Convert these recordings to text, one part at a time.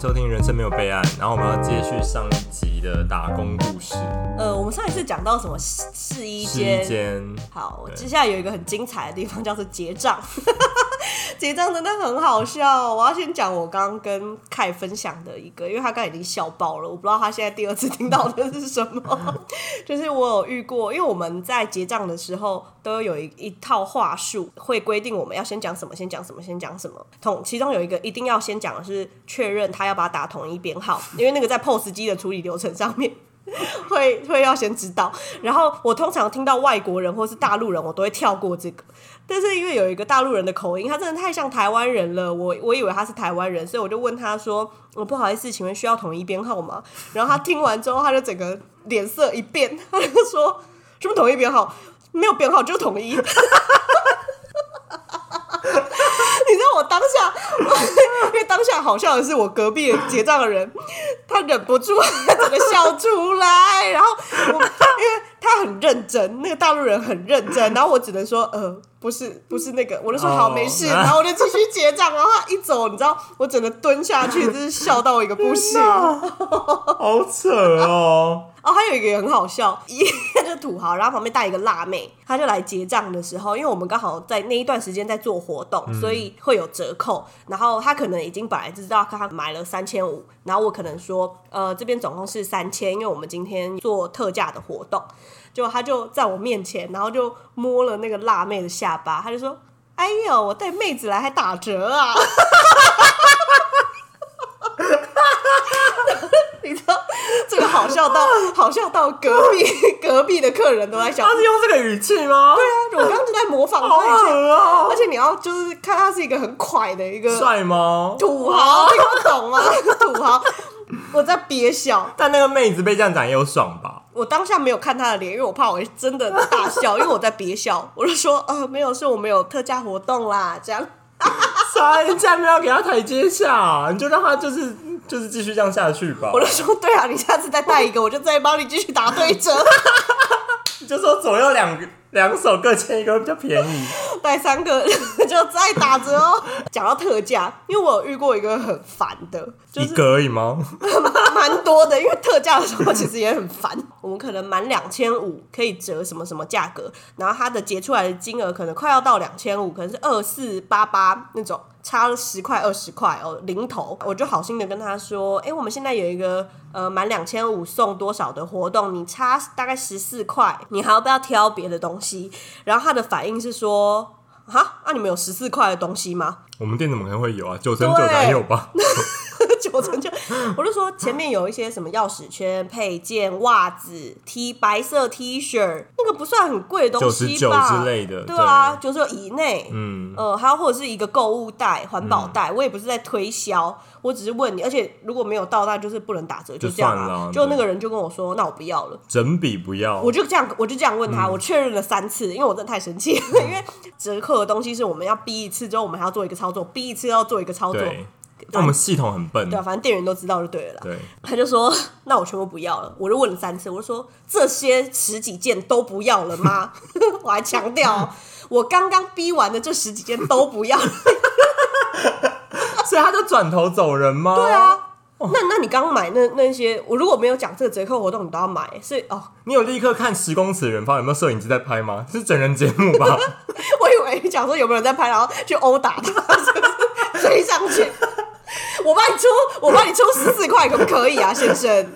收听《人生没有备案》，然后我们要接续上一集的打工故事，呃，我们上一次讲到什么试试衣试衣间，间。好，对接下来有一个很精彩的地方叫做结账， 结账真的很好笑。我要先讲我刚刚跟凯分享的一个，因为他刚才已经笑爆了，我不知道他现在第二次听到的是什么。 就是我有遇过，因为我们在结账的时候都有一一套话术，会规定我们要先讲什么，先讲什么，先讲什么。同其中有一个一定要先讲的是确认他要把它打统一编号，因为那个在 POS 机的处理流程上面 会会要先知道。然后我通常听到外国人或是大陆人，我都会跳过这个。但是因为有一个大陆人的口音，他真的太像台湾人了，我我以为他是台湾人，所以我就问他说：“我不好意思，请问需要统一编号吗？”然后他听完之后，他就整个脸色一变，他就说：“什么统一编号？没有编号，就是统一。” 你知道我当下，我因为当下好笑的是我隔壁结账的人，他忍不住整个笑出来，然后我因为他很认真，那个大陆人很认真，然后我只能说呃不是不是那个，我就说哦好没事，然后我就继续结账，然后他一走，你知道我整个蹲下去，真是笑到我一个不行。好扯哦！哦，还有一个也很好笑，一 个就是土豪，然后旁边带一个辣妹，她就来结账的时候，因为我们刚好在那一段时间在做活动，所以会有折扣。然后她可能已经本来知道她买了三千五，然后我可能说，呃，这边总共是三千，因为我们今天做特价的活动。结果她就在我面前，然后就摸了那个辣妹的下巴，她就说：“哎呦，我带妹子来还打折啊！” 你知道这个好笑到好笑到隔壁隔壁的客人都在笑他，啊是用这个语气吗？对对啊，我刚刚就在模仿好他以前，恶哦！而且你要就是看他是一个很快的一个帅吗？土豪，你不懂吗？土豪，我在憋笑，但那个妹子被这样讲也有爽吧？我当下没有看他的脸，因为我怕我真的大笑， 因为我在憋笑，我就说呃没有，是我们有特价活动啦，这样。 啥？你竟然没有给他台阶下，你就让他就是就是继续这样下去吧我。就说对啊，你下次再带一个，我就再帮你继续打对折， 你就说左右两个两手各签一个会比较便宜。带三个 就再打折哦。讲到特价，因为我有遇过一个很烦的，就一是个而已吗？蛮多的，因为特价的时候其实也很烦。我们可能满两千五可以折什么什么价格，然后它的结出来的金额可能快要到两千五，可能是二四八八那种，差了十块二十块哦，零头。我就好心的跟他说，哎、我们现在有一个呃满两千五送多少的活动，你差大概十四块，你还要不要挑别的东西？然后他的反应是说。哈，那、你们有十四块的东西吗？我们店怎么可能会有啊？九成九才有吧？ 九成就，我就说前面有一些什么钥匙圈、配件、袜子、T 白色 T 恤，那个不算很贵的东西吧？ 99之类的对啊，九十九以内，嗯，呃，还有或者是一个购物袋、环保袋，我也不是在推销，我只是问你，而且如果没有到，那就是不能打折，就这样算了啊。对哦就那个人就跟我说，那我不要了。整笔不要我。就这样，我就这样问他，我确认了三次，因为我真的太生气了。嗯因为折扣的东西是我们要逼一次之后，我们还要做一个操作，逼一次要做一个操作，对，那我们系统很笨对。啊，反正店员都知道就对了啦。对，他就说：“ 那我全部不要了。”我就问了三次，我就说：“这些十几件都不要了吗？” 我还强调哦，我刚刚逼完的这十几件都不 要了。所以他就转头走人吗？对，啊，那那你刚买那那些，我如果没有讲这个折扣活动，你都要买，所以哦， 你有立刻看十公尺远方有没有摄影机在拍吗？是整人节目 吧？我以为你讲说有没有人在拍，然后去殴打他， 是不是追上去。我帮你出，我帮你出十四块，可不可以啊，先生？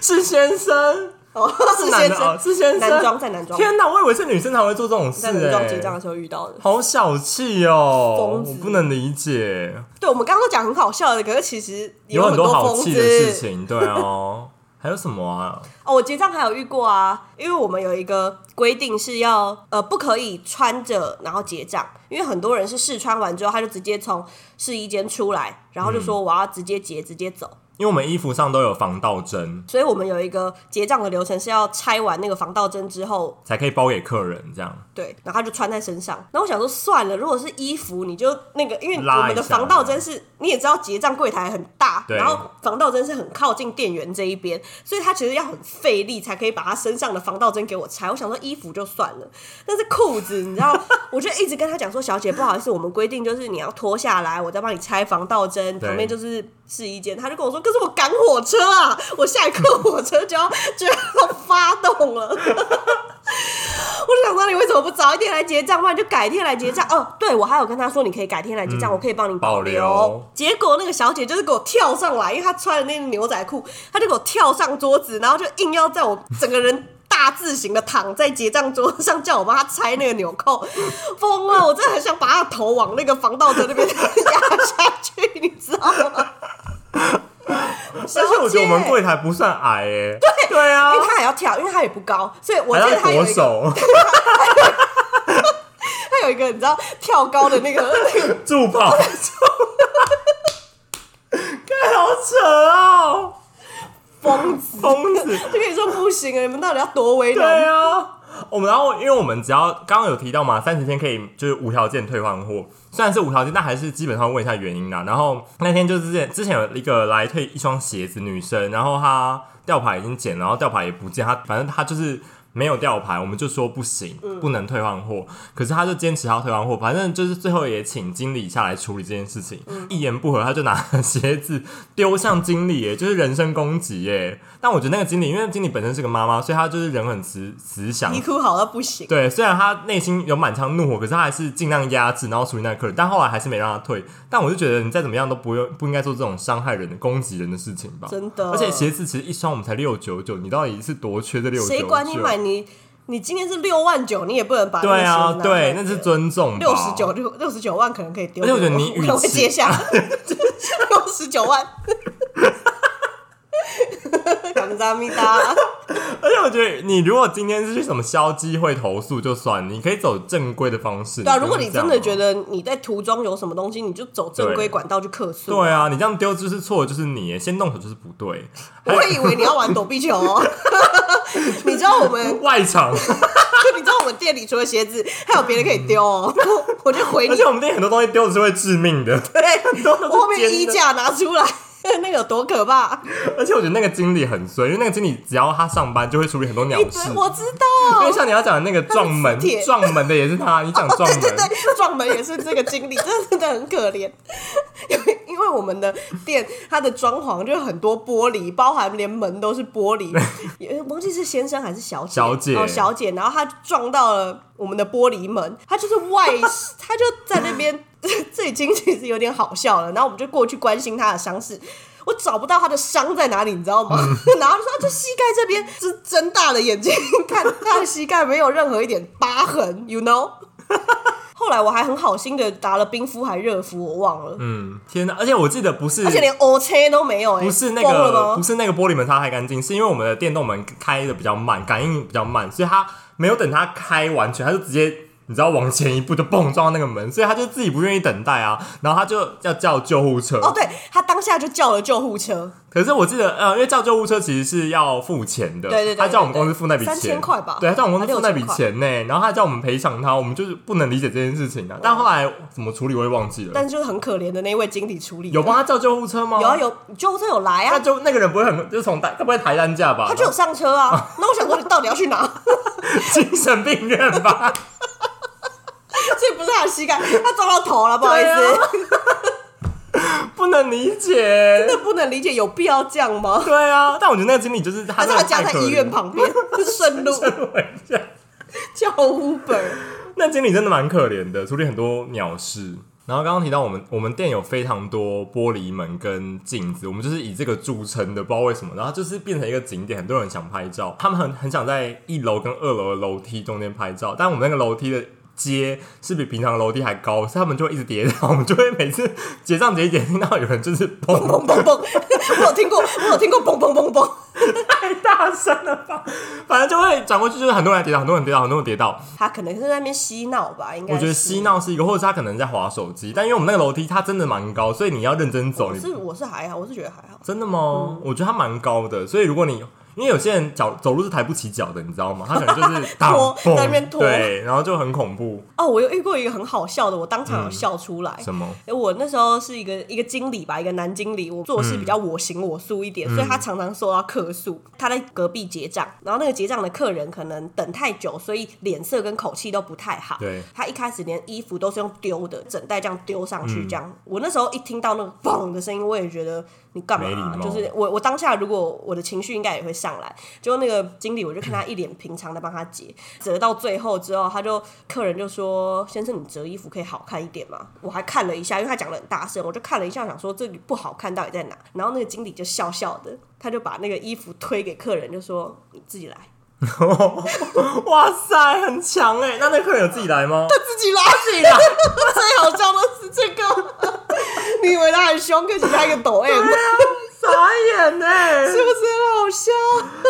是先生，哦，是男先的哦生， 是先生。男装在男装，天哪，我以为是女生才会做这种事、在男装结账欸，的时候遇到的。好小气哦、疯子我不能理解，对，我们刚刚都讲很好笑的，可是其实也有很多好疯气子的事情，对哦、 还有什么啊？哦。我结账还有遇过啊，因为我们有一个规定是要呃不可以穿着然后结账，因为很多人是试穿完之后他就直接从试衣间出来，然后就说我要直接结、直接走。因为我们衣服上都有防盗针，所以我们有一个结账的流程是要拆完那个防盗针之后，才可以包给客人这样。对，然后他就穿在身上。然后我想说算了，如果是衣服，你就那个，因为拉我一们的下防盗针是，你也知道结账柜台很大大，对然后防盗针是很靠近电源这一边，所以他其实要很费力才可以把他身上的防盗针给我拆。我想说衣服就算了，但是裤子，你知道，我就一直跟他讲说，小姐不好意思，我们规定就是你要脱下来，我再帮你拆防盗针，对旁边就是试衣间。他就跟我说，可是我赶火车啊，我下一刻火车就要就要发动了。我就想说你为什么不早一天来结账，不然就改天来结 账？哦，对，我还有跟他说你可以改天来结账，我可以帮你保留。嗯保留结果那个小姐就是给我跳上来，因为她穿的那个牛仔裤，她就给我跳上桌子，然后就硬要在我整个人。大字型的躺在结账桌上，叫我帮她拆那个 纽扣，疯了！我真的很想把她的头往那个防盗针那边 压下去，你知道吗？而而且我觉得我们柜台不算矮诶、对对啊因，为她还要跳，因为她也不高，所以我还记得要她有国一个，手她有一个你知道跳高的那个那个助跑， 看好扯哦，疯子，疯子。就跟你说不行啊！你们到底要多 为对难？啊，我们然后因为我们只要刚刚有提到嘛，三十天可以就是无条件退换货，虽然是无条件，但还是基本上问一下原因啦。然后那天就是之前之前有一个来退一双鞋子女生，然后她吊牌已经剪了，然后吊牌也不见，她反正她就是。没有吊牌，我们就说不行，不能退换货。可是她就坚持要退换货，反正就是最后也请经理下来处理这件事情。一言不合，她就拿鞋子丢向经理，耶，就是人身攻击耶。但我觉得那个经理，因为经理本身是个妈妈，所以她就是人很慈慈祥你，哭好到不行，对，虽然他内心有满腔怒火，可是他还是尽量压制，然后处理那个客人，但后来还是没让他退。但我就觉得你再怎么样都不用不应该做这种伤害人的、攻击人的事情吧。真的而且鞋子其实一双我们才六九九，你到底是多缺这六九九？谁管你买你？你今天是六万九，你也不能把那个对啊鞋，拿对，来那是尊重吧。六十九六六十九万可能可以丢而且给我，我觉得你与我会其 接下六十九万。感谢咪哒，而且我觉得你如果今天是去什么消基会投诉就算，你可以走正规的方式。对啊，不用如果你这样真的嘛觉得你在途中有什么东西，你就走正规对管道去客诉。对啊，你这样丢就是错，就是你耶先动手就是不 对。我会以为你要玩躲避球哦， 你知道我们外场。 你知道我们店里除了鞋子，还有别的可以丢哦。 我就回而你且，我们店很多东西丢的是会致命的，很多都我是后面衣尖的。架拿出来， 那个有多可怕？而且我觉得那个经理很衰，因为那个经理只要他上班就会处理很多鸟一堆事。我知因道为，像你要讲的那个撞门他是磁铁，撞门的也是他，你讲撞门，对对对，撞门也是这个经历，真的真的很可怜。因为因为我们的店它的装潢就很多玻璃，包含连门都是 玻璃，也忘记是先生还是小姐，小姐哦小姐，然后他撞到了我们的玻璃门，他就是 外，他就在那边， 这已经其实有点好笑了。然后我们就过去关心他的伤势。我找不到他的伤在哪里，你 知道吗？然后就说啊就膝盖这边，是睁大了眼睛 看他的膝盖没有任何一点疤痕，you know。后来我还很好心的打了冰敷还热敷，我忘了。嗯，天哪！而且我记得不是而，且连 O 车都没有、欸，不是那疯了个，不吗？是那个玻璃门擦太干净，是因为我们的电动门开的比较慢，感应比较慢，所以他没有等他开完全，他就直接。你知道往前一步就蹦撞到那个门，所以他就自己不愿意等待啊，然后他就要叫救护车。哦，对他当下就叫了救护车，可是我记得，呃，因为叫救护车其实是要付钱的，对对对他叫我们公司付那笔对钱，对3000块吧对，他叫我们公司付那还笔6000钱呢，然后他叫我们赔偿他，我们就是不能理解这件事情啊。但后来怎么处理我也忘记了，但是就是很可怜的那位经理处理了有帮他叫救护车吗？有啊，有救护车有来那啊，就那个人不会很，就是从单，该不会抬担架吧？ 他就有上车啊。那我想说你到底要去哪？ 精神病院吧？所以不是他的膝盖，他撞到头了，不好意对思啊， 不能理解这、，不能理解，有必要这样吗？对啊。但我觉得那个经理就是他还是真他的家太可怜，在医院旁边， 是 顺路叫 Uber。那经理真的蛮可怜的，处理很多鸟事。然后刚刚提到我们我们店有非常多玻璃门跟镜子，我们就是以这个著称的，不知道为什么。然后就是变成一个景点，很多人想拍照，他们很很想在一楼跟二楼的楼梯中间拍照，但我们那个楼梯的。阶是比平常的楼梯还高，所以他们就会一直跌倒，我们就会每次结账结一结，听到有人就是砰砰嘣嘣嘣！我有听过，我有听过嘣嘣嘣嘣。太大声了吧，反正就会转过去，就是很多人跌倒，很多人跌倒，很多人跌倒，他可能是在那边嬉闹吧，应该我觉得是嬉。闹是一个，或者是他可能在划手机，但因为我们那个楼梯它真的蛮高，所以你要认真走。我你是我是还好，我是觉得还好。真的吗？我觉得它蛮高的，所以如果你因为有些人脚走路是抬不起脚的，你知道吗？他可能就是 拖当在那边砰拖对，然后就很恐怖。哦，我有遇过一个很好笑的，我当场有笑出来。嗯什么？ 诶我那时候是一个一个经理吧，一个男经理，我做事嗯比较我行我素一点，所以他常常受到客诉。他在隔壁结账，然后那个结账的客人可能等太久，所以脸色跟口气都不太好。对他一开始连衣服都是用丢的，整袋这样丢上嗯去，这样。我那时候一听到那个嘣的声音，我也觉得你干嘛没啊、礼貌就是我我当下如果我的情绪应该也会上来，结果那个经理我就看他一脸平常的帮他折，折到最后之后，他就客人就说：“先生，你折衣服可以好看一点吗？”我还看了一下，因为他讲的很大声，我就看了一下，想说这里不好看到底在哪。然后那个经理就笑笑的，他就把那个衣服推给客人，就说：“你自己来。”哇塞，很强哎！那那客人有自己来吗？自己拉自己拉， 最好笑的是这个。 你以为他很凶，可是他一个抖 M，傻眼哎！是不是很好笑？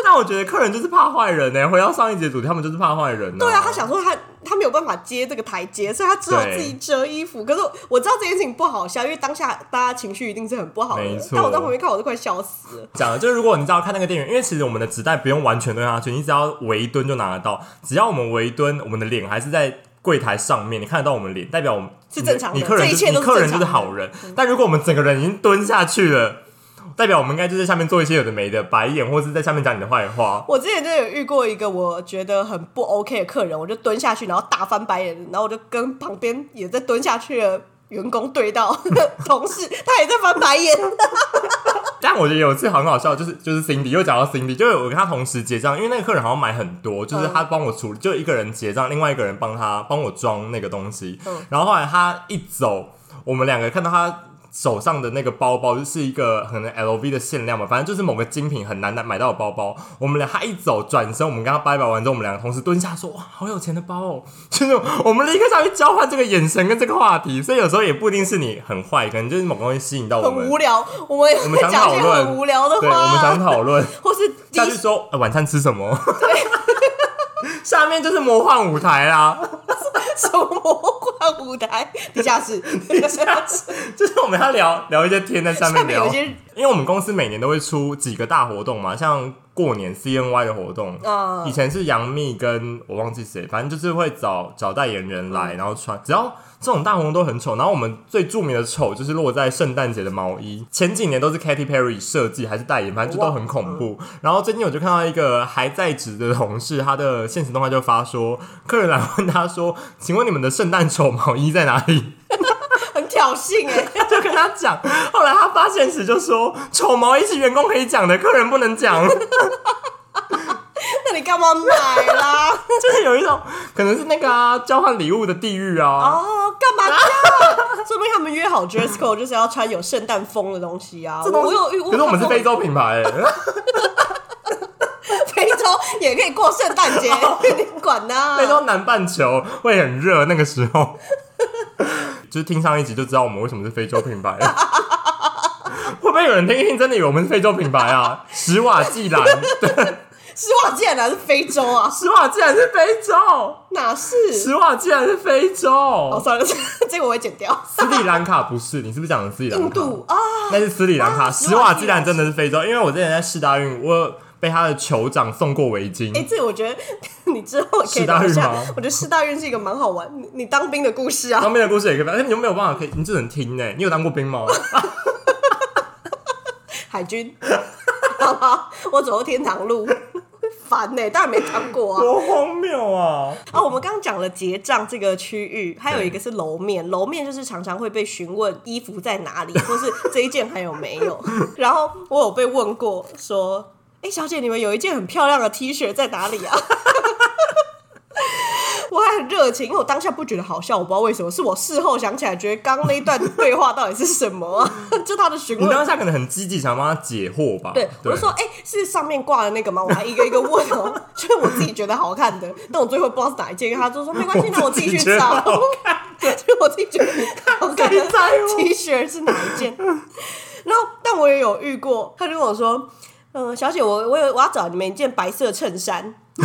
但我觉得客人就是怕坏人欸呢。回到上一节主题，他们就是怕坏人。对啊，他，想说他他没有办法接这个台阶，所以他只好对自己折衣服。可是我我知道这件事情不好笑，因为当下大家情绪一定是很不好没的。错但我在旁边看，我都快笑死了。讲的就是，如果你知道看那个店员，因为其实我们的纸袋不用完全蹲下去，你只要围蹲就拿得到。只要我们围蹲，我们的脸还是在柜台上面，你看得到我们脸，代表我们是正常的你你客人这就一切你都是客人就是正常的嗯好人，但如果我们整个人已经蹲下去了，代表我们应该就在下面做一些有的没的白眼，或是在下面讲你的坏话。我之前就有遇过一个我觉得很不 OK 的客人，我就蹲下去，然后大翻白眼，然后我就跟旁边也在蹲下去的员工对到同事，他也在翻白眼。但我觉得有一次很好笑，就是就是 Cindy 又讲到 Cindy，就是我跟他同时结账，因为那个客人好像买很多，就是他帮我处理，就一个人结账，另外一个人帮他帮我装那个东西。嗯然后后来他一走，我们两个看到他。手上的那个包包就是一个可能 LV 的限量吧，反正就是某个精品很难难买到的包包。我们俩他一走转身，我们跟他拜拜完之后，我们两个同时蹲下说：“哇，好有钱的包哦！”就是我们立刻上去交换这个眼神跟这个话题，所以有时候也不一定是你很坏，可能就是某个东西吸引 到我很们无。聊，我们也我们会想讲讨一些论很无聊 的对，我们想话，讨论。或是低下去说、呃晚餐吃什么？ 下面就是魔幻舞台啦， 什么魔幻舞台、地下室、地 下室，就是我们要聊聊一些天在上下面面聊有，些因为我们公司每年都会出几个大活动嘛，像过年 CNY 的活动，啊以前是杨幂跟我忘记谁，反正就是会找找代言人来，然后穿，只要这种大红都很丑。然后我们最著名的丑就是落在圣诞节的毛衣，前几年都是 Katy Perry 设计还是代言，反正就都很恐怖。然后最近我就看到一个还在职的同事，他的现实动态就发说，客人来问他说：“请问你们的圣诞丑毛衣在哪里很挑衅哎、？”就跟他讲，后来他发现时就说：“丑毛衣是员工可以讲的，客人不能讲。” 那你干嘛买 啦？就是有一种可能是那个啊，交换礼物的地狱啊。哦，干嘛这 样？说不定他们约好 dress code 就是要穿有圣诞风的东西啊。这东我西有遇过，可是我们是非洲品牌、 欸， 非洲也可以过圣诞 节，你管啊呐、哦非洲南半球会很热，那个时候。就是听上一集就知道我们为什么是非洲品牌了。 会不会有人听一听真的以为我们是非洲品牌啊？史瓦济兰，对，施瓦竟然是非 洲啊？史瓦济兰是非洲，哪是？史瓦济兰是非哦，洲，算了， 这个我会剪掉。斯里兰卡不是？你是不是讲的斯里兰卡？印度啊，那是斯里兰卡，啊史瓦济兰真的是非洲，因为我之前在世大运，我有被他的酋长送过围巾。哎、这我觉得 你之后可以世大聊一运下吗。哦我觉得世大运是一个蛮好玩，你你当兵的故事啊。当兵的故事也可以，但是你就没有办法可以，你只能听呢、你有当过兵 吗？海军， 好吧，我走过天堂路， 烦呢、当然没当过啊。荒谬 啊！啊，我们刚刚讲了结账这个区域，还有一个是楼面，楼面就是常常会被询问衣服在哪里， 或是这一件还有没有。然后我有被问过说，哎、小姐，你们有一件很漂亮的 T 恤在哪里啊？ 我还很热情，因为我当下不觉得好笑，我不知道为什么，是我事后想起来，觉得刚刚那一段对话到底是什么、 啊？就他的询你问当下可能很积极，想帮他解惑吧？对，我就说，哎、是上面挂的那个吗？我还一个一个问哦、 就是我自己觉得好看的，但我最后不知道是哪一件，因为他就说没关系，那我自己去觉得找好。就我自己觉得好看的谁在乎 T 恤是哪一件？然后，但我也有遇过，他就跟我说，嗯、小姐，我我有我要找你们一件白色衬衫。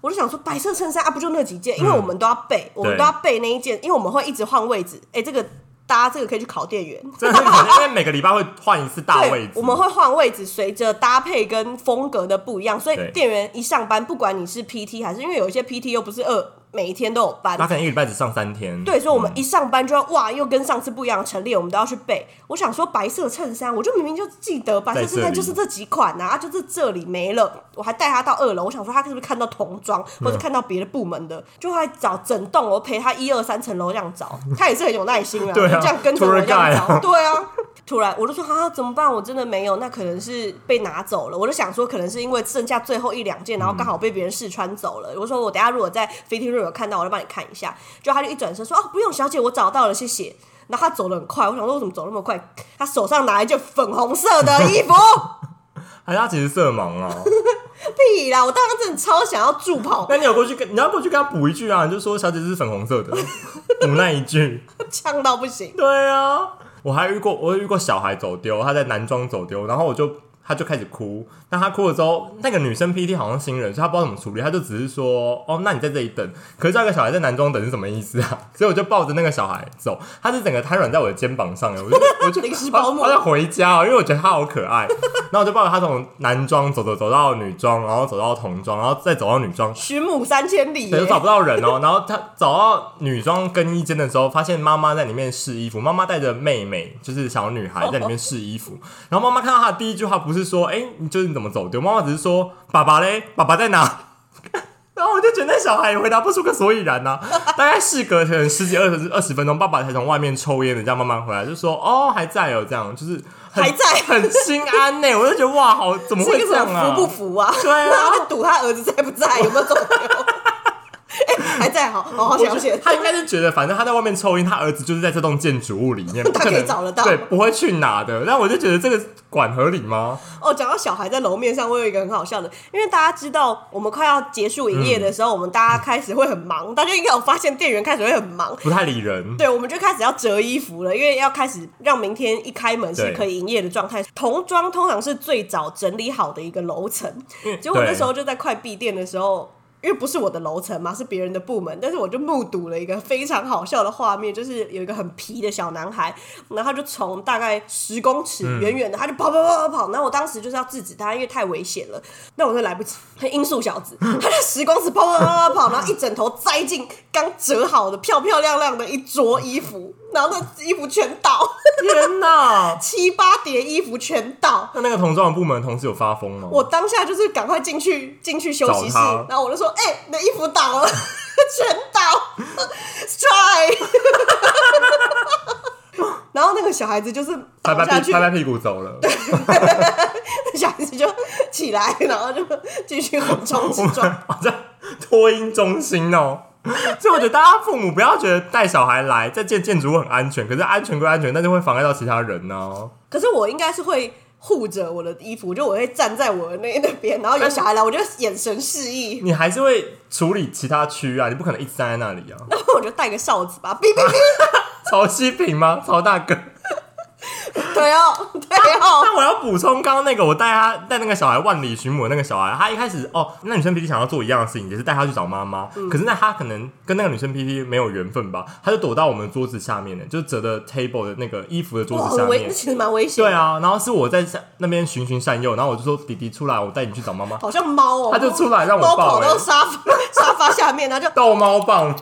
我就想说，白色衬衫啊，不就那几件？因为我们都要背，我们对都要背那一件，因为我们会一直换位置。哎、这个大家这个可以去考店员。真的是可能因为每个礼拜会换一次大位对置，，我们会换位置，随着搭配跟风格的不一样，所以对店员一上班，不管你是 PT 还是因为有一些 PT 又不是二每一天都有班他，可能一个礼拜只上三天，嗯对，所以我们一上班就要哇，又跟上次不一样的陈列，我们都要去背。我想说白色衬衫，我就明明就记得白色衬衫就是这几款呐、啊，就是这里没了。我还带他到二楼，我想说他是不是看到童装，嗯或者看到别的部门的，就还找整栋楼陪他一二三层楼这样找，他也是很有耐心啊，对啊就这样跟着 tour 我这样 guide 找啊，对啊。突然我就说啊，怎么办？我真的没有，那可能是被拿走了。我就想说，可能是因为剩下最后一两件，然后刚好被别人试穿走了。我说我等一下如果在 fitting room 有看到，我就帮你看一下。就他就一转身说哦，不用，小姐，我找到了，谢谢。然后他走得很快，我想说，我怎么走那么快？他手上拿一件粉红色的衣服，还是他其实色盲 啊？屁啦！我当时真的超想要助跑， 那你有过去跟你要过去跟他补一句啊，你就说小姐是粉红色的， 补那一句。呛到不行。 对啊，我还遇过，我有遇过小孩走丢，他在男装走丢，然后我就他就开始哭。那他哭了之后，那个女生 PT 好像新人，所以她不知道怎么处理，他就只是说：“哦，那你在这里等。”可是叫一个小孩在男装等是什么意思啊？ 所以我就抱着那个小孩走，他是整个瘫软在我的肩膀上，哎 我就我就临时保姆我要回家、哦，因为我觉得他好可爱。然后我就抱着他从男装走走走到女装，然后走到童装，然后再走到女装，寻母三千里耶、对，都找不到人哦。然 后他找到女装更衣间的时候，发现妈妈在里面试衣服，妈妈带着妹妹，就是小女哦孩在里面试衣服。然后妈妈看到她的第一句话不是说：“哎、你就是你怎么走丢？”妈妈只是说：“爸爸嘞，爸爸在哪？” 然后我就觉得那小孩也回答不出个所以然 呐、大概事隔可能十几二十二十分钟，爸爸才从外面抽烟的这样慢慢回来，就说：“哦，还在哦。”这样就是很还在很心安呢、我就觉得哇，好怎么是会一个这什样么啊？服不 服啊？对啊他会赌他儿子在不在，有没有走丢？ 哎、还在好，好好我险觉险得。他应该是觉得，反正他在外面抽烟，他儿子就是在这栋建筑物里面， 他可不以能找得到对，不会去拿的。那我就觉得这个管合理吗？哦，讲到小孩在楼面上，我有一个很好笑的，因为大家知道我们快要结束营业的时候，嗯我们大家开始会很忙，大家应该有发现店员开始会很忙。不太理 人。对，我们就开始要折衣服了，因为要开始让明天一开门是对可以营业的状态。童装通常是最早整理好的一个楼层，结果对那时候就在快闭店的时候，因为不是我的楼层嘛，是别人的部门，但是我就目睹了一个非常好笑的画面，就是有一个很皮的小男孩，然后他就从大概十公尺远远的，他就跑跑跑跑跑，然后我当时就是要制止他，因为太危险了，那我就来不及，很音速小子，他就十公尺跑跑跑跑跑，然后一整头栽进刚折好的漂漂亮亮的一桌衣服，然后那衣服全倒， 天哪！七八叠衣服全倒。 那那个童装的部门同事有发疯吗？我当下就是赶快进去进去休息室找他，然后我就说：“哎、你的衣服倒了， 全倒，try。” 然后那个小孩子就是拍倒拍下屁去，拍拍屁股走了。 小孩子就起来， 然后就继续 横冲直我们撞。好像托婴中心哦。 所以我觉得大家父母不要觉得带小孩来在建建筑物很安全，可是安全归安全，但是会妨碍到其他人啊呢、可是我应该是会护着我的衣服，就我会站在我的那那边，然后有小孩来，我就眼神示意， 你还是会处理其他区啊，你不可能一直站在那 里啊。然后我就带个哨子吧，哔哔哔，曹西平吗？曹大哥。对哦，对哦，但我要补充刚刚那个，我带他带那个小孩万里寻母的那个小孩，他一开始哦，那女生 PT 想要做一样的事情，也是带他去找妈妈。嗯可是那他可能跟那个女生 PT 没有缘分吧，他就躲到我们桌子下面呢，就是折的 table 的那个衣服的桌哇，子下很危，面那。其实蛮危险，对，啊，然后是我在那边循循善诱，然后我就说弟弟出来，我带你去找妈妈。好像猫哦，他就出来让猫我抱、跑到欸，沙发 沙发下面，然后逗猫棒。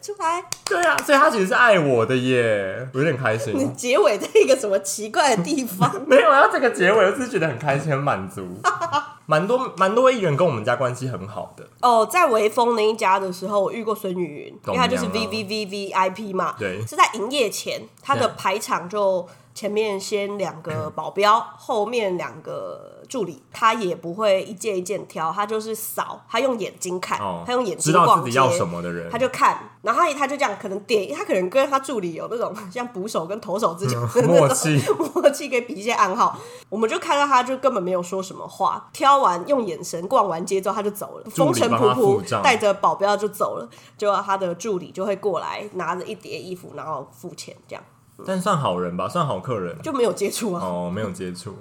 就出来。对啊，所以他其实是爱我的耶，我有点开你心。结尾在一个什么奇怪的地 方？没有啊，这个结尾我只是觉得很开心，很满足。蛮多蛮多艺人跟我们家关系很好的，哦，在微风那一家的时候，我遇过孙雨云，因为他就是懂你 V 啊 V V V I P 嘛，对是在营业前，他的排场就前面先两个保镖，后面两个助理，他也不会一件一件挑，他就是扫，他用眼睛看，哦，他用眼知睛道逛自街，己要什么的人，他就看，然后他他就这样，可能点他可能跟他助理有那种像捕手跟投手之间的那种默契 默契，可以比一些暗号。我们就看到他就根本没有说什么话，挑完用眼神逛完街之后他就走了，助风理尘帮仆他付仆账带着保镖就走了。结果他的助理就会过来拿着一叠衣服，然后付钱这样。但算好人吧，算好客人。就没有接触啊。哦，没有接触。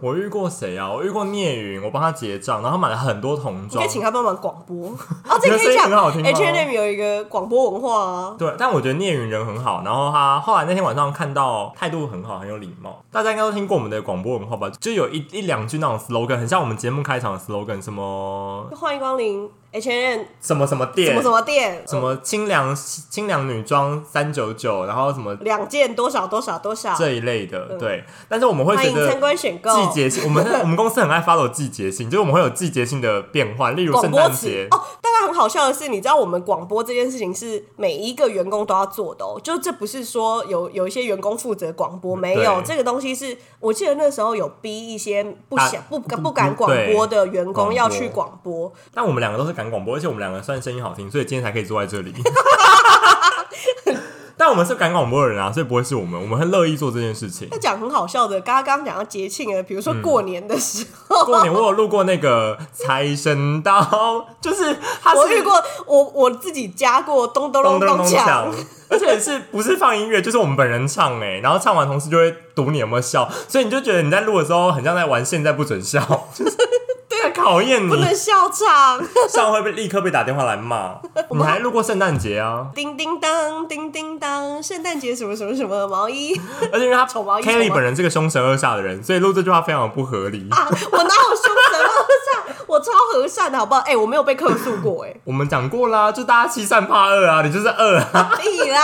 我遇过谁啊？我遇过聂云，我帮他结账，然后买了很多童你装可以。请他帮忙广播 啊，这个你的可声以音讲。很好听哦吗 H&M 有一个广播文化啊，对，但我觉得聂云人很好，然后他后来那天晚上看到态度很好，很有礼貌。大家应该都听过我们的广播文化吧？就有一一两句那种 slogan，很像我们节目开场的 slogan，什么欢迎光临 H&M 什么什么店，什么什么店，什么清凉清凉女装三九九，然后什么呃两件多少多少多少，这一类的，对。但是我们会嗯欢觉迎参得观选购。季节性，我们 我们公司很爱 follow 季节性，就是我们会有季节性的变换，例如广圣播诞词 节。哦，但是很好笑的是，你知道我们广播这件事情是每一个员工都要做的哦，就这不是说有有一些员工负责广播，没有对这个东西是我记得那时候有逼一些不啊想、不敢不不敢广播的员广工播要去广播，但我们两个都是赶广播，而且我们两个算声音好听，所以今天才可以坐在这 里。但我们是赶广播的人啊，所以不会是我们，我们很乐意做这件事情 他。讲很好笑的，刚刚刚刚讲到节庆啊，比如说嗯过年的时候。过年我有路过那个财神到，就是他是我遇过，我我自己加过咚咚咚咚咚咚锵响，，而且是不是放音乐，就是我们本人唱哎、然后唱完同事就会读你有没有笑，所以你就觉得你在录的时候很像在玩现在不准笑， 就是在考验不你能笑场。 笑会被立刻被打电话来骂。 我们还路过圣诞节 啊，叮叮当，叮叮当，圣诞节什么什么什么毛衣。而且因为他丑毛衣丑毛衣 Kelly 本人是个凶神恶煞的人，所以录这句话非常的不合 理。啊！ 我哪有凶神恶煞？我超和善的好不好？哎、我没有被客诉过哎、我们讲过啦，就大家欺善怕恶啊，你就是恶啊，屁啦！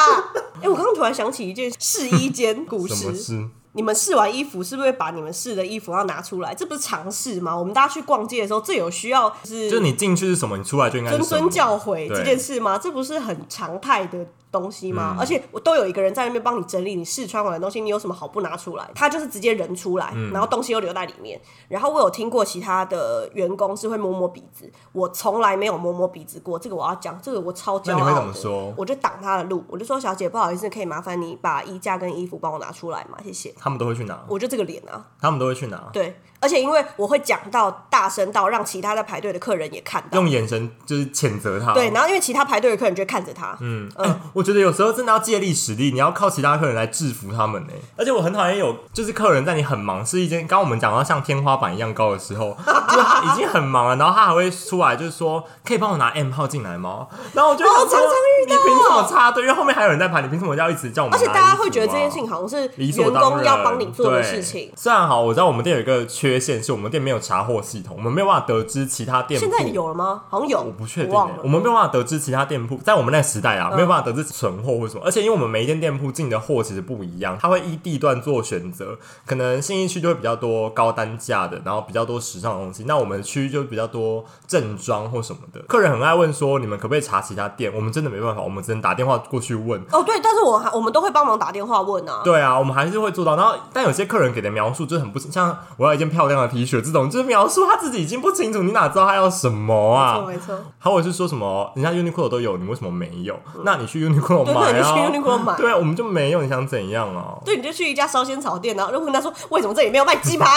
哎、我刚刚突然想起一件试衣间故什么事。事？你们试完衣服是不是会把你们试的衣服要拿出来？这不是常试吗？我们大家去逛街的时候，这有需要就是就你进去是什么，你出来就应该是谆什谆么。教诲对这件事吗？这不是很常态的东西嗯吗？而且我都有一个人在那边帮你整理你试穿完的东西，你有什么好不拿出来？他就是直接人出来，嗯然后东西又留在里面。然后我有听过其他的员工是会摸摸鼻子，我从来没有摸摸鼻子过。这个我要讲，这个我超骄傲的。那你会怎么说我就挡他的路，我就说：“小姐，不好意思，可以麻烦你把衣架跟衣服帮我拿出来吗？谢谢。”他们都会去拿，我就这个脸啊，他们都会去拿，对，而且因为我会讲到大声到让其他在排队的客人也看到，用眼神就是谴责他。对，然后因为其他排队的客人就会看着他，嗯嗯，我觉得有时候真的要借力使力，你要靠其他客人来制服他们呢、哎而且我很讨厌有，就是客人在你很忙，是一间刚刚我们讲到像天花板一样高的时 候，就是他已经很忙了，然后他还会出来就是说，可以帮我拿 M 号进来吗？然后我就想哦说，常常遇到你凭什么插队？因为后面还有人在排，你凭什么要一直叫我们、而且大家会觉得这件事。情好像是理所员当然，工要帮你做的事情对。。虽然好，我知道我们店有一个缺陷，是我们店没有查货系统，我们没有办法得知其他店铺现在有了吗？好像有，我我不确定、忘欸了，。嗯我们没有办法得知其他店铺，在我们那个时代啊，没有办法得知存货或什么。而且因为我们每一间店铺进的货其实不一样，它会依地段做选择，可能信义区就会比较多高单价的，然后比较多时尚的东西。那我们区就比较多正装或什么的。客人很爱问说，你们可不可以查其他店？我们真的没办法，我们只能打电话过去问。哦，对，但是我还我们都会帮忙打电话问啊。对啊，我们还是会做到。然后，但有些客人给的描述就很不像，我要一件漂亮的 T 恤这种，就是描述他自己已经不清楚，你哪知道他要什么啊？没错没错，还有是说什么，人家 Uniqlo 都有，你为什么没有？那你去 Uniqlo 嗯对买啊，对你去 Uniqlo 买对啊，我们就没有，你想怎样啊？对，你就去一家烧仙草店，然后就问他说：“为什么这里没有卖 鸡排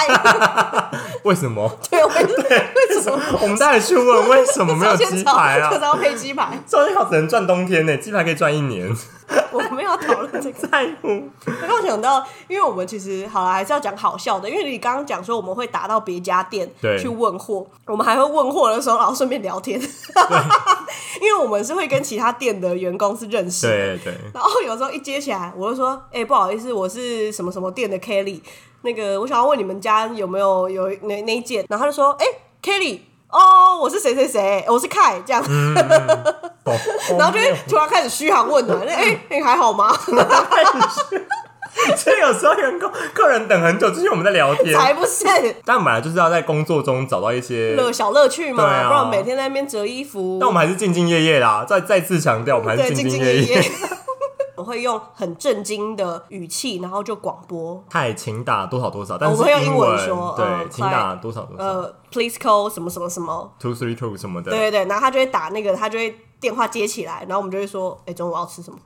为什 么？？”对，我为什么我们当然去问为什么 没有烧鸡仙草排就是啊？要配鸡排？烧仙草只能赚冬天呢、鸡排可以赚一年， 我没有要讨论这个。在乎。刚刚想到，因为我们其实好了，还是要讲好笑的，因为你刚刚讲说我们会打到别家店对去问货，我们还会问货的时候，然后顺便聊天， 因为我们是会跟其他店的员工是认识的。对 对，然后有时候一接起来，我就说：“哎、不好意思，我是什么什么店的 Kelly，那个我想要问你们家有没有有那那一件。”然后他就说：“哎、k e l l y 哦，我是谁谁谁，我是凯这样。嗯然后就会突然开始嘘寒问暖，哎、 你还好吗？ 所以有时候员工客人等很久，就是因为我们在聊天。 才不是，但本来就是要在工作中找到一些乐小乐趣嘛，对啊不然每天在那边折衣服。但我们还是兢兢业业啦，再再次强调，我们还对是兢兢兢业业 业。业。 我会用很震惊的语气，然后就广播，嗨，请打多少多少，但我是会用英英文说呃对，请打多少多少呃，please call 什么什么什么， ，two three two 什么的，对对对，然后他就会打那个，他就会电话接起来，然后我们就会说，哎，中午我要吃什么？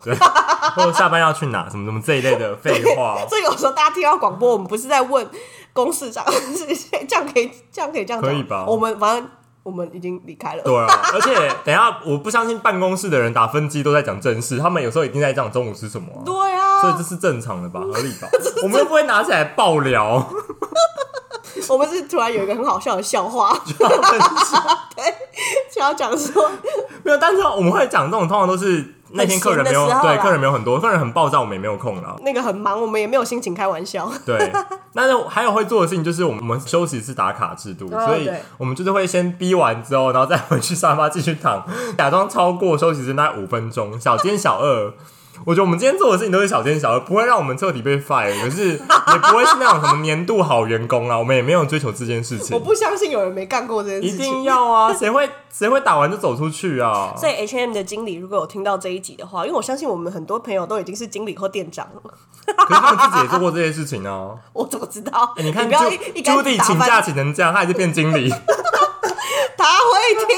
或者下班要去哪，什么什么这一类 。的废话所以有时候大家听到广 播，我们不是在问公事长，是这样可以这样可以这样讲，可以吧我们反正我们已经离开了。对啊，而且等一下，我不相信办公室的人打分机都在讲正事，他们有时候一定在讲中午吃什么啊、对啊，所以这是正常的 吧，合理吧？我们又不会拿起来爆聊，我们是突然有一个很好笑的笑话， 想要讲说， 没有，但是我们会讲这种，通常都是那天客人没有很闲的时候啦对客人没有很多，客人很爆炸，我们也没有空了。那个很忙，我们也没有心情开玩笑。对，但是还有会做的事情就是我们我们休息是打卡制度，哦所以对我们就是会先逼完之后，然后再回去沙发继续躺，假装超过休息时间大概五分钟，小奸小恶。我觉得我们今天做的事情都是小奸小恶，不会让我们彻底被 fire，可是也不会是那种什么年度好员工啊，我们也没有追求这件事情我。不相信有人没干过这件一事定情。要啊，谁会谁会打完就走出去啊？所以 H M 的经理如果有听到这一集的话，因为我相信我们很多朋友都已经是经理或店长了，可是他们自己也做过这些事情啊。我怎么知道？ 欸、你看不要 Ju- 一一竿子 Judy 打请翻假请成这样，他还是变经理。 他会 听。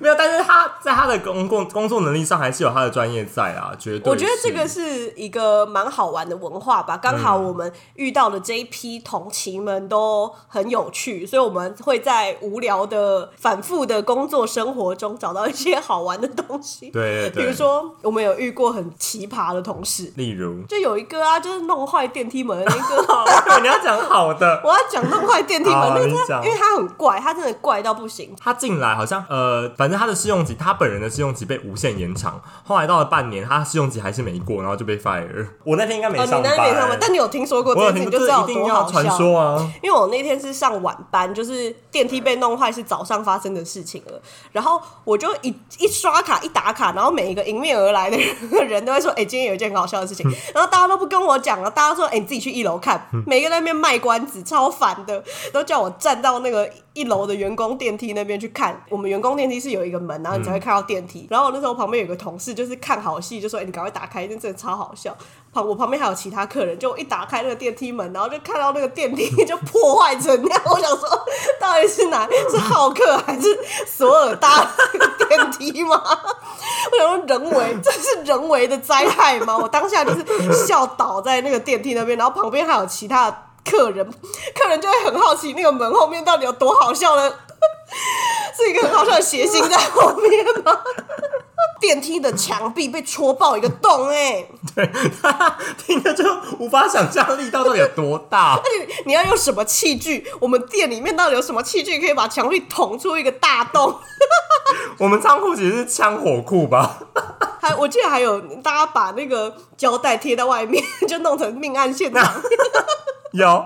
没有，但是他在他的工工工作能力上还是有他的专业在啊，绝对。我觉得这个，是一个蛮好玩的文化吧，刚好我们遇到的这一批同期们都很有趣，所以我们会在无聊的、反复的工作生活中找到一些好玩的东西。对对比对。如，说我们有遇过很奇葩的同事，例如，。就有一个啊，就是弄坏电梯门的那个 我以为你要讲好的，我要讲弄坏电梯门，好那个你真讲的因为他很怪，他真的怪到不行。他进来好像呃，反正他的试用期，他本人的试用期被无限延长，后来到了半年，他试用期还是没过，然后就被 fire。我那天应该没哦，你上那班，欸边没上班，但你有听说过这我有件听事，你这就知道有一定多要好传笑。说啊，因为我那天是上晚班，就是电梯被弄坏是早上发生的事情了。然后我就一一刷卡一打卡，然后每一个迎面而来的人人都会说：“哎、今天有一件很好笑的事情。”然后大家都不跟我讲了，大家说：“哎、你自己去一楼看。”每个人在那边卖关子，超烦的，都叫我站到那个一楼的员工电梯那边去看。我们员工电梯是有一个门，然后你才会看到电梯。然后我那时候旁边有个同事就是看好戏，就说：“哎、你赶快打开，那真的超好笑。”旁我旁边还有其他客人，就我一打开那个电梯门，然后就看到那个电梯 就破坏成那样，我想说到底是哪是浩克还是索尔达那个电梯吗？我想说人为这是人为的灾害吗？我当下就是笑倒在那个电梯那边，然后旁边还有其他的客人，客人就会很好奇那个门后面到底有多好笑呢？是一个很好笑的谐星在后面吗？ 电梯的墙壁被戳爆一个洞、哎。 听着就无法想象力到底有多 大。你要用什么器具？我们店里面到底有什么器具可以把墙壁捅出一个大洞？ 我们仓库其实是枪火库吧？还我记得还有大家把那个胶带贴在外面， 就弄成命案现场，有，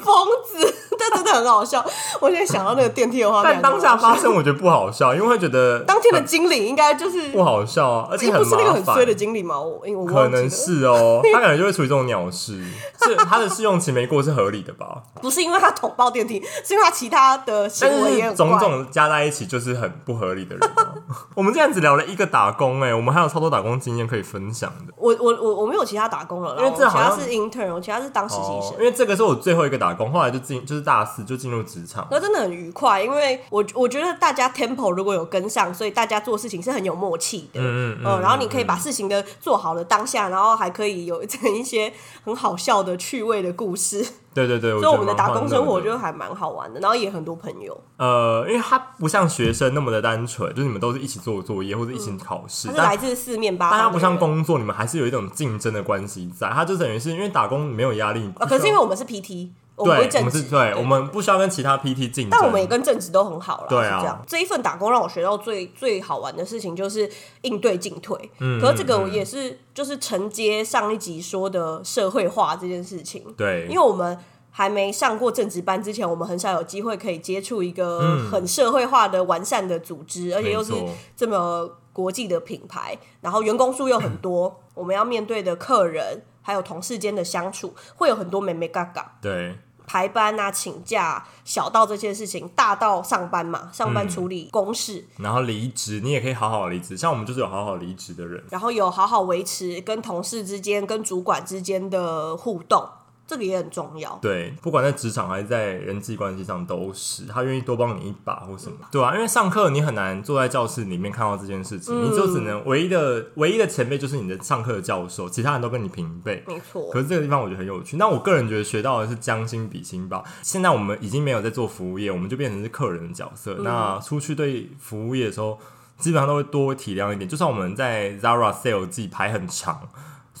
疯子， 但真的很好笑。我现在想到那个电梯的画面，但当下发生我觉得不好笑，因为会觉得当天的经理应该就是，不好笑啊，而且哎不是那个麻很衰烦的。经理吗？我因为我可忘记能了，是哦，他感觉就会处于这种鸟事，是他的试用期没过是合理的 吧？不是因为他捅爆电梯，是因为他其他的行但为也是很种怪。种加在一起就是很不合理的人啊、 我们这样子聊了一个打工、哎，我们还有超多打工经验可以分享的。我我我我没有其他打工了啦，因为这我其好像他是 intern，我其他是当实习生哦，。因为这个是我最后一个打工，后来就进就是大四就进入职场。那真的很愉快，因为我我觉得大家 tempo 如果有跟上，所以大家做事情是很有默契的。嗯嗯嗯然后你可以把事情的做好了当下，然后还可以有一些 很好笑的趣味的故事， 所对对对，以所我们的打工生活就就还蛮好玩的，然后也很多朋友，呃，因为他不像学生那么的单纯，就是你们都是一起做作业或者一起考试，他嗯是但来自四面八大方的家人。不像工作，你们还是有一种竞争的关系在。他就等于是因为打工没有压力，啊，可是因为我们是 PT，我们不哦对是，我正们职是，对，我们不需要跟其他 PT 竞争。但我们也跟正职都很好了，对啊是这样。这一份打工让我学到最最好玩的事情就是应对进退，嗯，可是这个我也是就是承接上一集说的社会化这件事情，对，因为我们。还没上过正职班之前，我们很少有机会可以接触一个很社会化的、完善的组织，而且又是嗯没错这么国际的品牌，然后员工数又很多，我们要面对的客人还有同事间的相处，会有很多美美嘎嘎。对排班啊、请假啊、小到这些事情，大到上班嘛，上嗯班处理公事，然后离职，你也可以好好离职，像我们就是有好好离职的人。然后有好好维持跟同事之间、跟主管之间的互动。这个也很重要。对，不管在职场还是在人际关系上都是，他愿意多帮你一把或什么，对啊，因为上课你很难坐在教室里面看到这件事情，你就嗯只能唯一的唯一的前辈就是你的上课的教授，其他人都跟你平辈。没错可，是这个地方我觉得很有趣。那我个人觉得学到的是将心比心吧。现在我们已经没有在做服务业，我们就变成是客人的角色。那出去对服务业的时候，基本上都会多体谅一点。就算我们在 Zara sale 季排很长。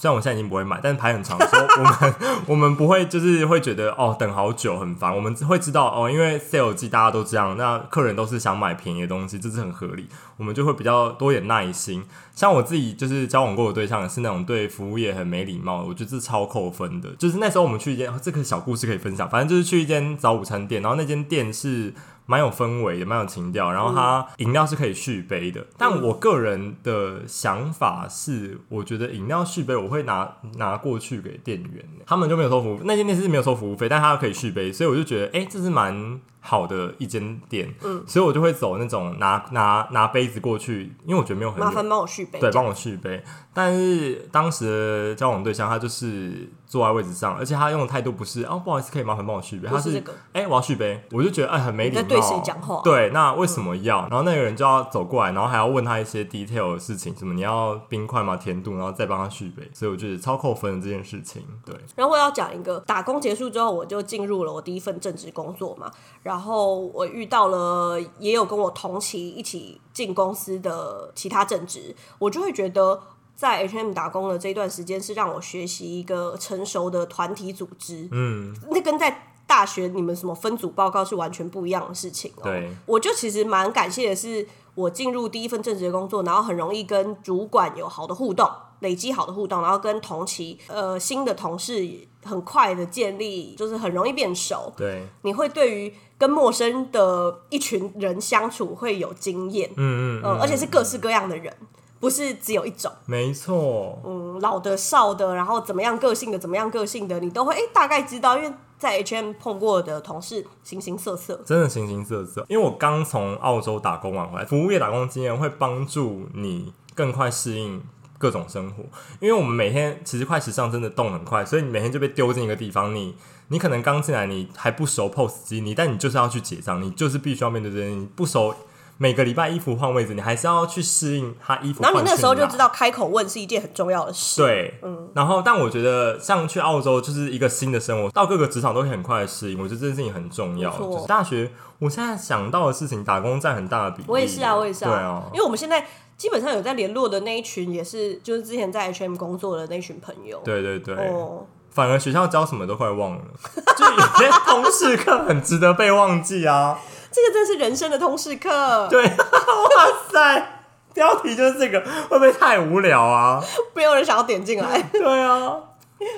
虽然我现在已经不会买，但是排很长的时候，我们 我们不会就是会觉得哦等好久很烦，我们会知道哦，因为 sale 季大家都这样，那客人都是想买便宜的东西，这是很合理，我们就会比较多一点耐心。像我自己就是交往过的对象是那种对服务业很没礼貌的，我觉得这超扣分的。就是那时候我们去一间、哦这个小故事可以分享，反正就是去一间早午餐店，然后那间店是蛮有氛围的，蛮有情调，然后它饮料是可以续杯的。但我个人的想法是，我觉得饮料续杯我会拿拿过去给店员，欸他们就没有收服务，那间店是没有收服务费，但它可以续杯，所以我就觉得，哎、这是蛮。好的一间店，嗯，所以我就会走那种拿拿拿杯子过去，因为我觉得没有很麻烦帮我续杯。对，帮我续杯。但是当时的交往对象他就是坐在位置上，而且他用的态度不是哦，不好意思，可以麻烦帮我续杯，不他是是这个哎、我要续杯，我就觉得哎、很没礼你在貌。对谁讲话啊嗯对，那为什么要？然后那个人就要走过来，然后还要问他一些 detail 的事情，什么你要冰块吗？甜度，然后再帮他续杯。所以我觉得超扣分的这件事情，对，然后我要讲一个，打工结束之后，我就进入了我第一份正职工作嘛。然后我遇到了也有跟我同期一起进公司的其他正职，我就会觉得在 H&M 打工的这段时间是让我学习一个成熟的团体组织，嗯，那跟在大学你们什么分组报告是完全不一样的事情哦、对，我就其实蛮感谢的是，我进入第一份正职的工作，然后很容易跟主管有好的互动，累积好的互动，然后跟同期呃新的同事很快的建立，就是很容易变熟。对，你会对于跟陌生的一群人相处会有经验，嗯嗯，呃，而且是各式各样的人，不是只有一种。没错，嗯，老的、少的，然后怎么样个性的，怎么样个性的，你都会哎、诶大概知道，因为在 HM 碰过的同事形形色色。真的形形色色。因为我刚从澳洲打工完回来，服务业打工经验会帮助你更快适应。各种生活，因为我们每天其实快时尚真的动很快，所以你每天就被丢进一个地方，你你可能刚进来你还不熟 POS 机，你但你就是要去结账，你就是必须要面对这些，你不熟每个礼拜衣服换位置，你还是要去适应它衣服换去哪。然后你那时候就知道开口问是一件很重要的事。对，嗯然后但我觉得像去澳洲就是一个新的生活，到各个职场都可以很快的适应。我觉得这件事情很重要。没错就是大学，我现在想到的事情，打工占很大的比例。我也是啊，我也是啊，对啊因，为我们现在基本上有在联络的那一群，也是就是之前在 HM 工作的那群朋友。对对对，哦，反而学校教什么都快忘了， 就有些通识课很值得被忘记啊。这个真是人生的通 识课，对，啊哇塞，标题就是这个，会不会太无聊啊？没有人想要点进来。对啊，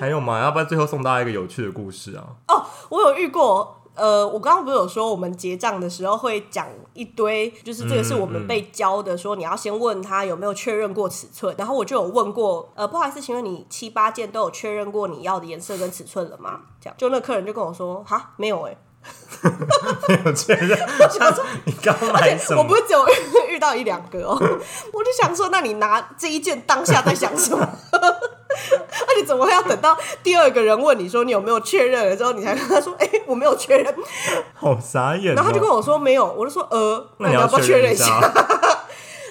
还有吗？要不要最后送大家一个有趣的故事啊？ 哦，我有遇过。呃，我刚刚不是有说，我们结账的时候会讲一堆，就是这个是我嗯们被教的，说你要先问他有没有确认过尺寸。然后我就有问过，呃，不好意思，请问你七八件都有确认过你要的颜色跟尺寸了吗？这样，就那客人就跟我说，哈，没有哎、没有确 认，像你刚买什么？我不是只有遇遇到一两个哦， 我就想说，那你拿这一件当下在想什么？ 那你怎么会要等到第二个人问你说你有没有确认了之后，你才跟他说，哎、我没有确认，好傻眼、哦。然后他就跟我说没有，我就说呃，那那你你要要不要确认一一下？ 下？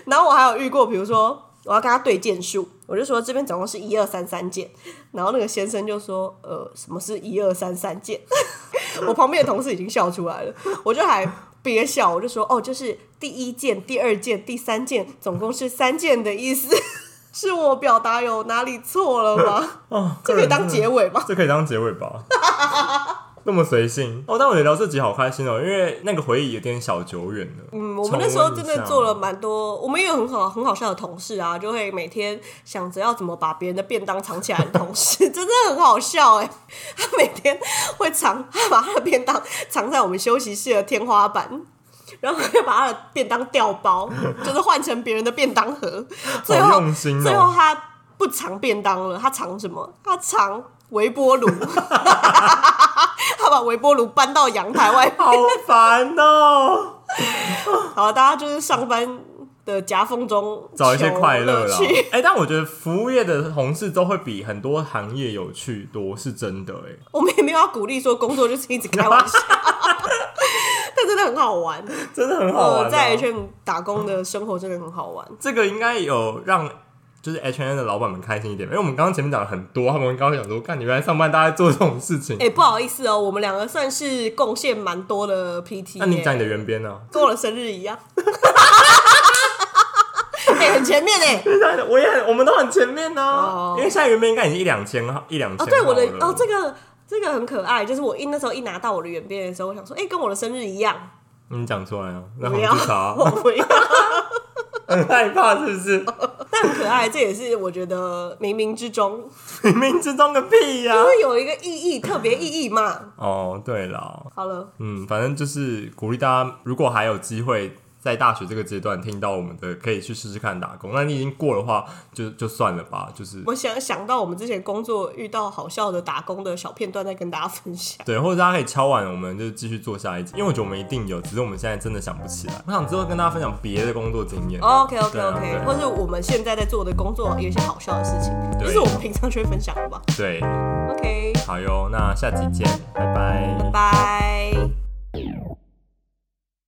然后我还有遇过，比如说我要跟他对件数，我就说这边总共是一二三三件，然后那个先生就说呃，什么是一二三三件？ 我旁边的同事已经笑出来了，我就还憋笑，我就说哦，就是第一件、第二件、第三件，总共是三件的意思。 是我表达有哪里错 了吗？哦，这可以当结尾吗？这可以当结尾 吧？那么随性哦，但我觉得聊这集好开心哦，因为那个回忆有点小久远了。嗯，我们那时候真的做了蛮多，我们也有很好很好笑的同事啊，就会每天想着要怎么把别人的便当藏起来的同事， 真的很好笑哎、他每天会藏，他把他的便当藏在我们休息室的天花板。然后又把他的便当调包，就是换成别人的便当盒。最后，好用心哦最后他不藏便当了，他藏什么？他藏微波炉。 他把微波炉搬到阳台外面 好烦哦！好，大家就是上班的夹缝中找一些快乐求啦去。。哎、但我觉得服务业的同事都会比很多行业有趣多，是真的哎、 我们也没有要鼓励说工作就是一直开玩笑， 但真的很好玩。真的很好玩、我啊。在 H&M 打工的生活真的很好玩。这个应该有让就是 H N 的老板们开心一点，因为我们刚刚前面讲了很多，他们刚刚想说，干你原来上班大家做这种事情，哎、不好意思哦，我们两个算是贡献蛮多的 PT 耶。那你讲你的原编呢、跟我的生日一样。哎、很前面哎、 啊？我也很，我们都很前面呢、哦因为现在原编应该已经一两千号一两千哦，对，号我的了哦，这个这个很可爱，就是我一那时候一拿到我的原编的时候，我想说，哎、跟我的生日一样，你讲出来啊，那不红要，去 查，我不要，很害怕是不是？但很可爱，这也是我觉得冥冥之中冥冥之中个屁呀、都会有一个意义，特别意义嘛。哦，对了，好了，嗯，反正就是鼓励大家，如果还有机会在大学这个阶段听到我们的，可以去试试看打工。那你已经过的话，就就算了吧，就是我想想到我们之前工作遇到好笑的打工的小片段，再跟大家分享。对，或者大家可以敲完，我们就继续做下一集，因为我觉得我们一定有，只是我们现在真的想不起来。我想之后跟大家分享别的工作经验。 OK OK 对啊 OK，、对啊或是我们现在在做的工作有一些好笑的事情，对就是我们平常就会分享的吧。对， OK，好哟，那下集见，拜拜拜。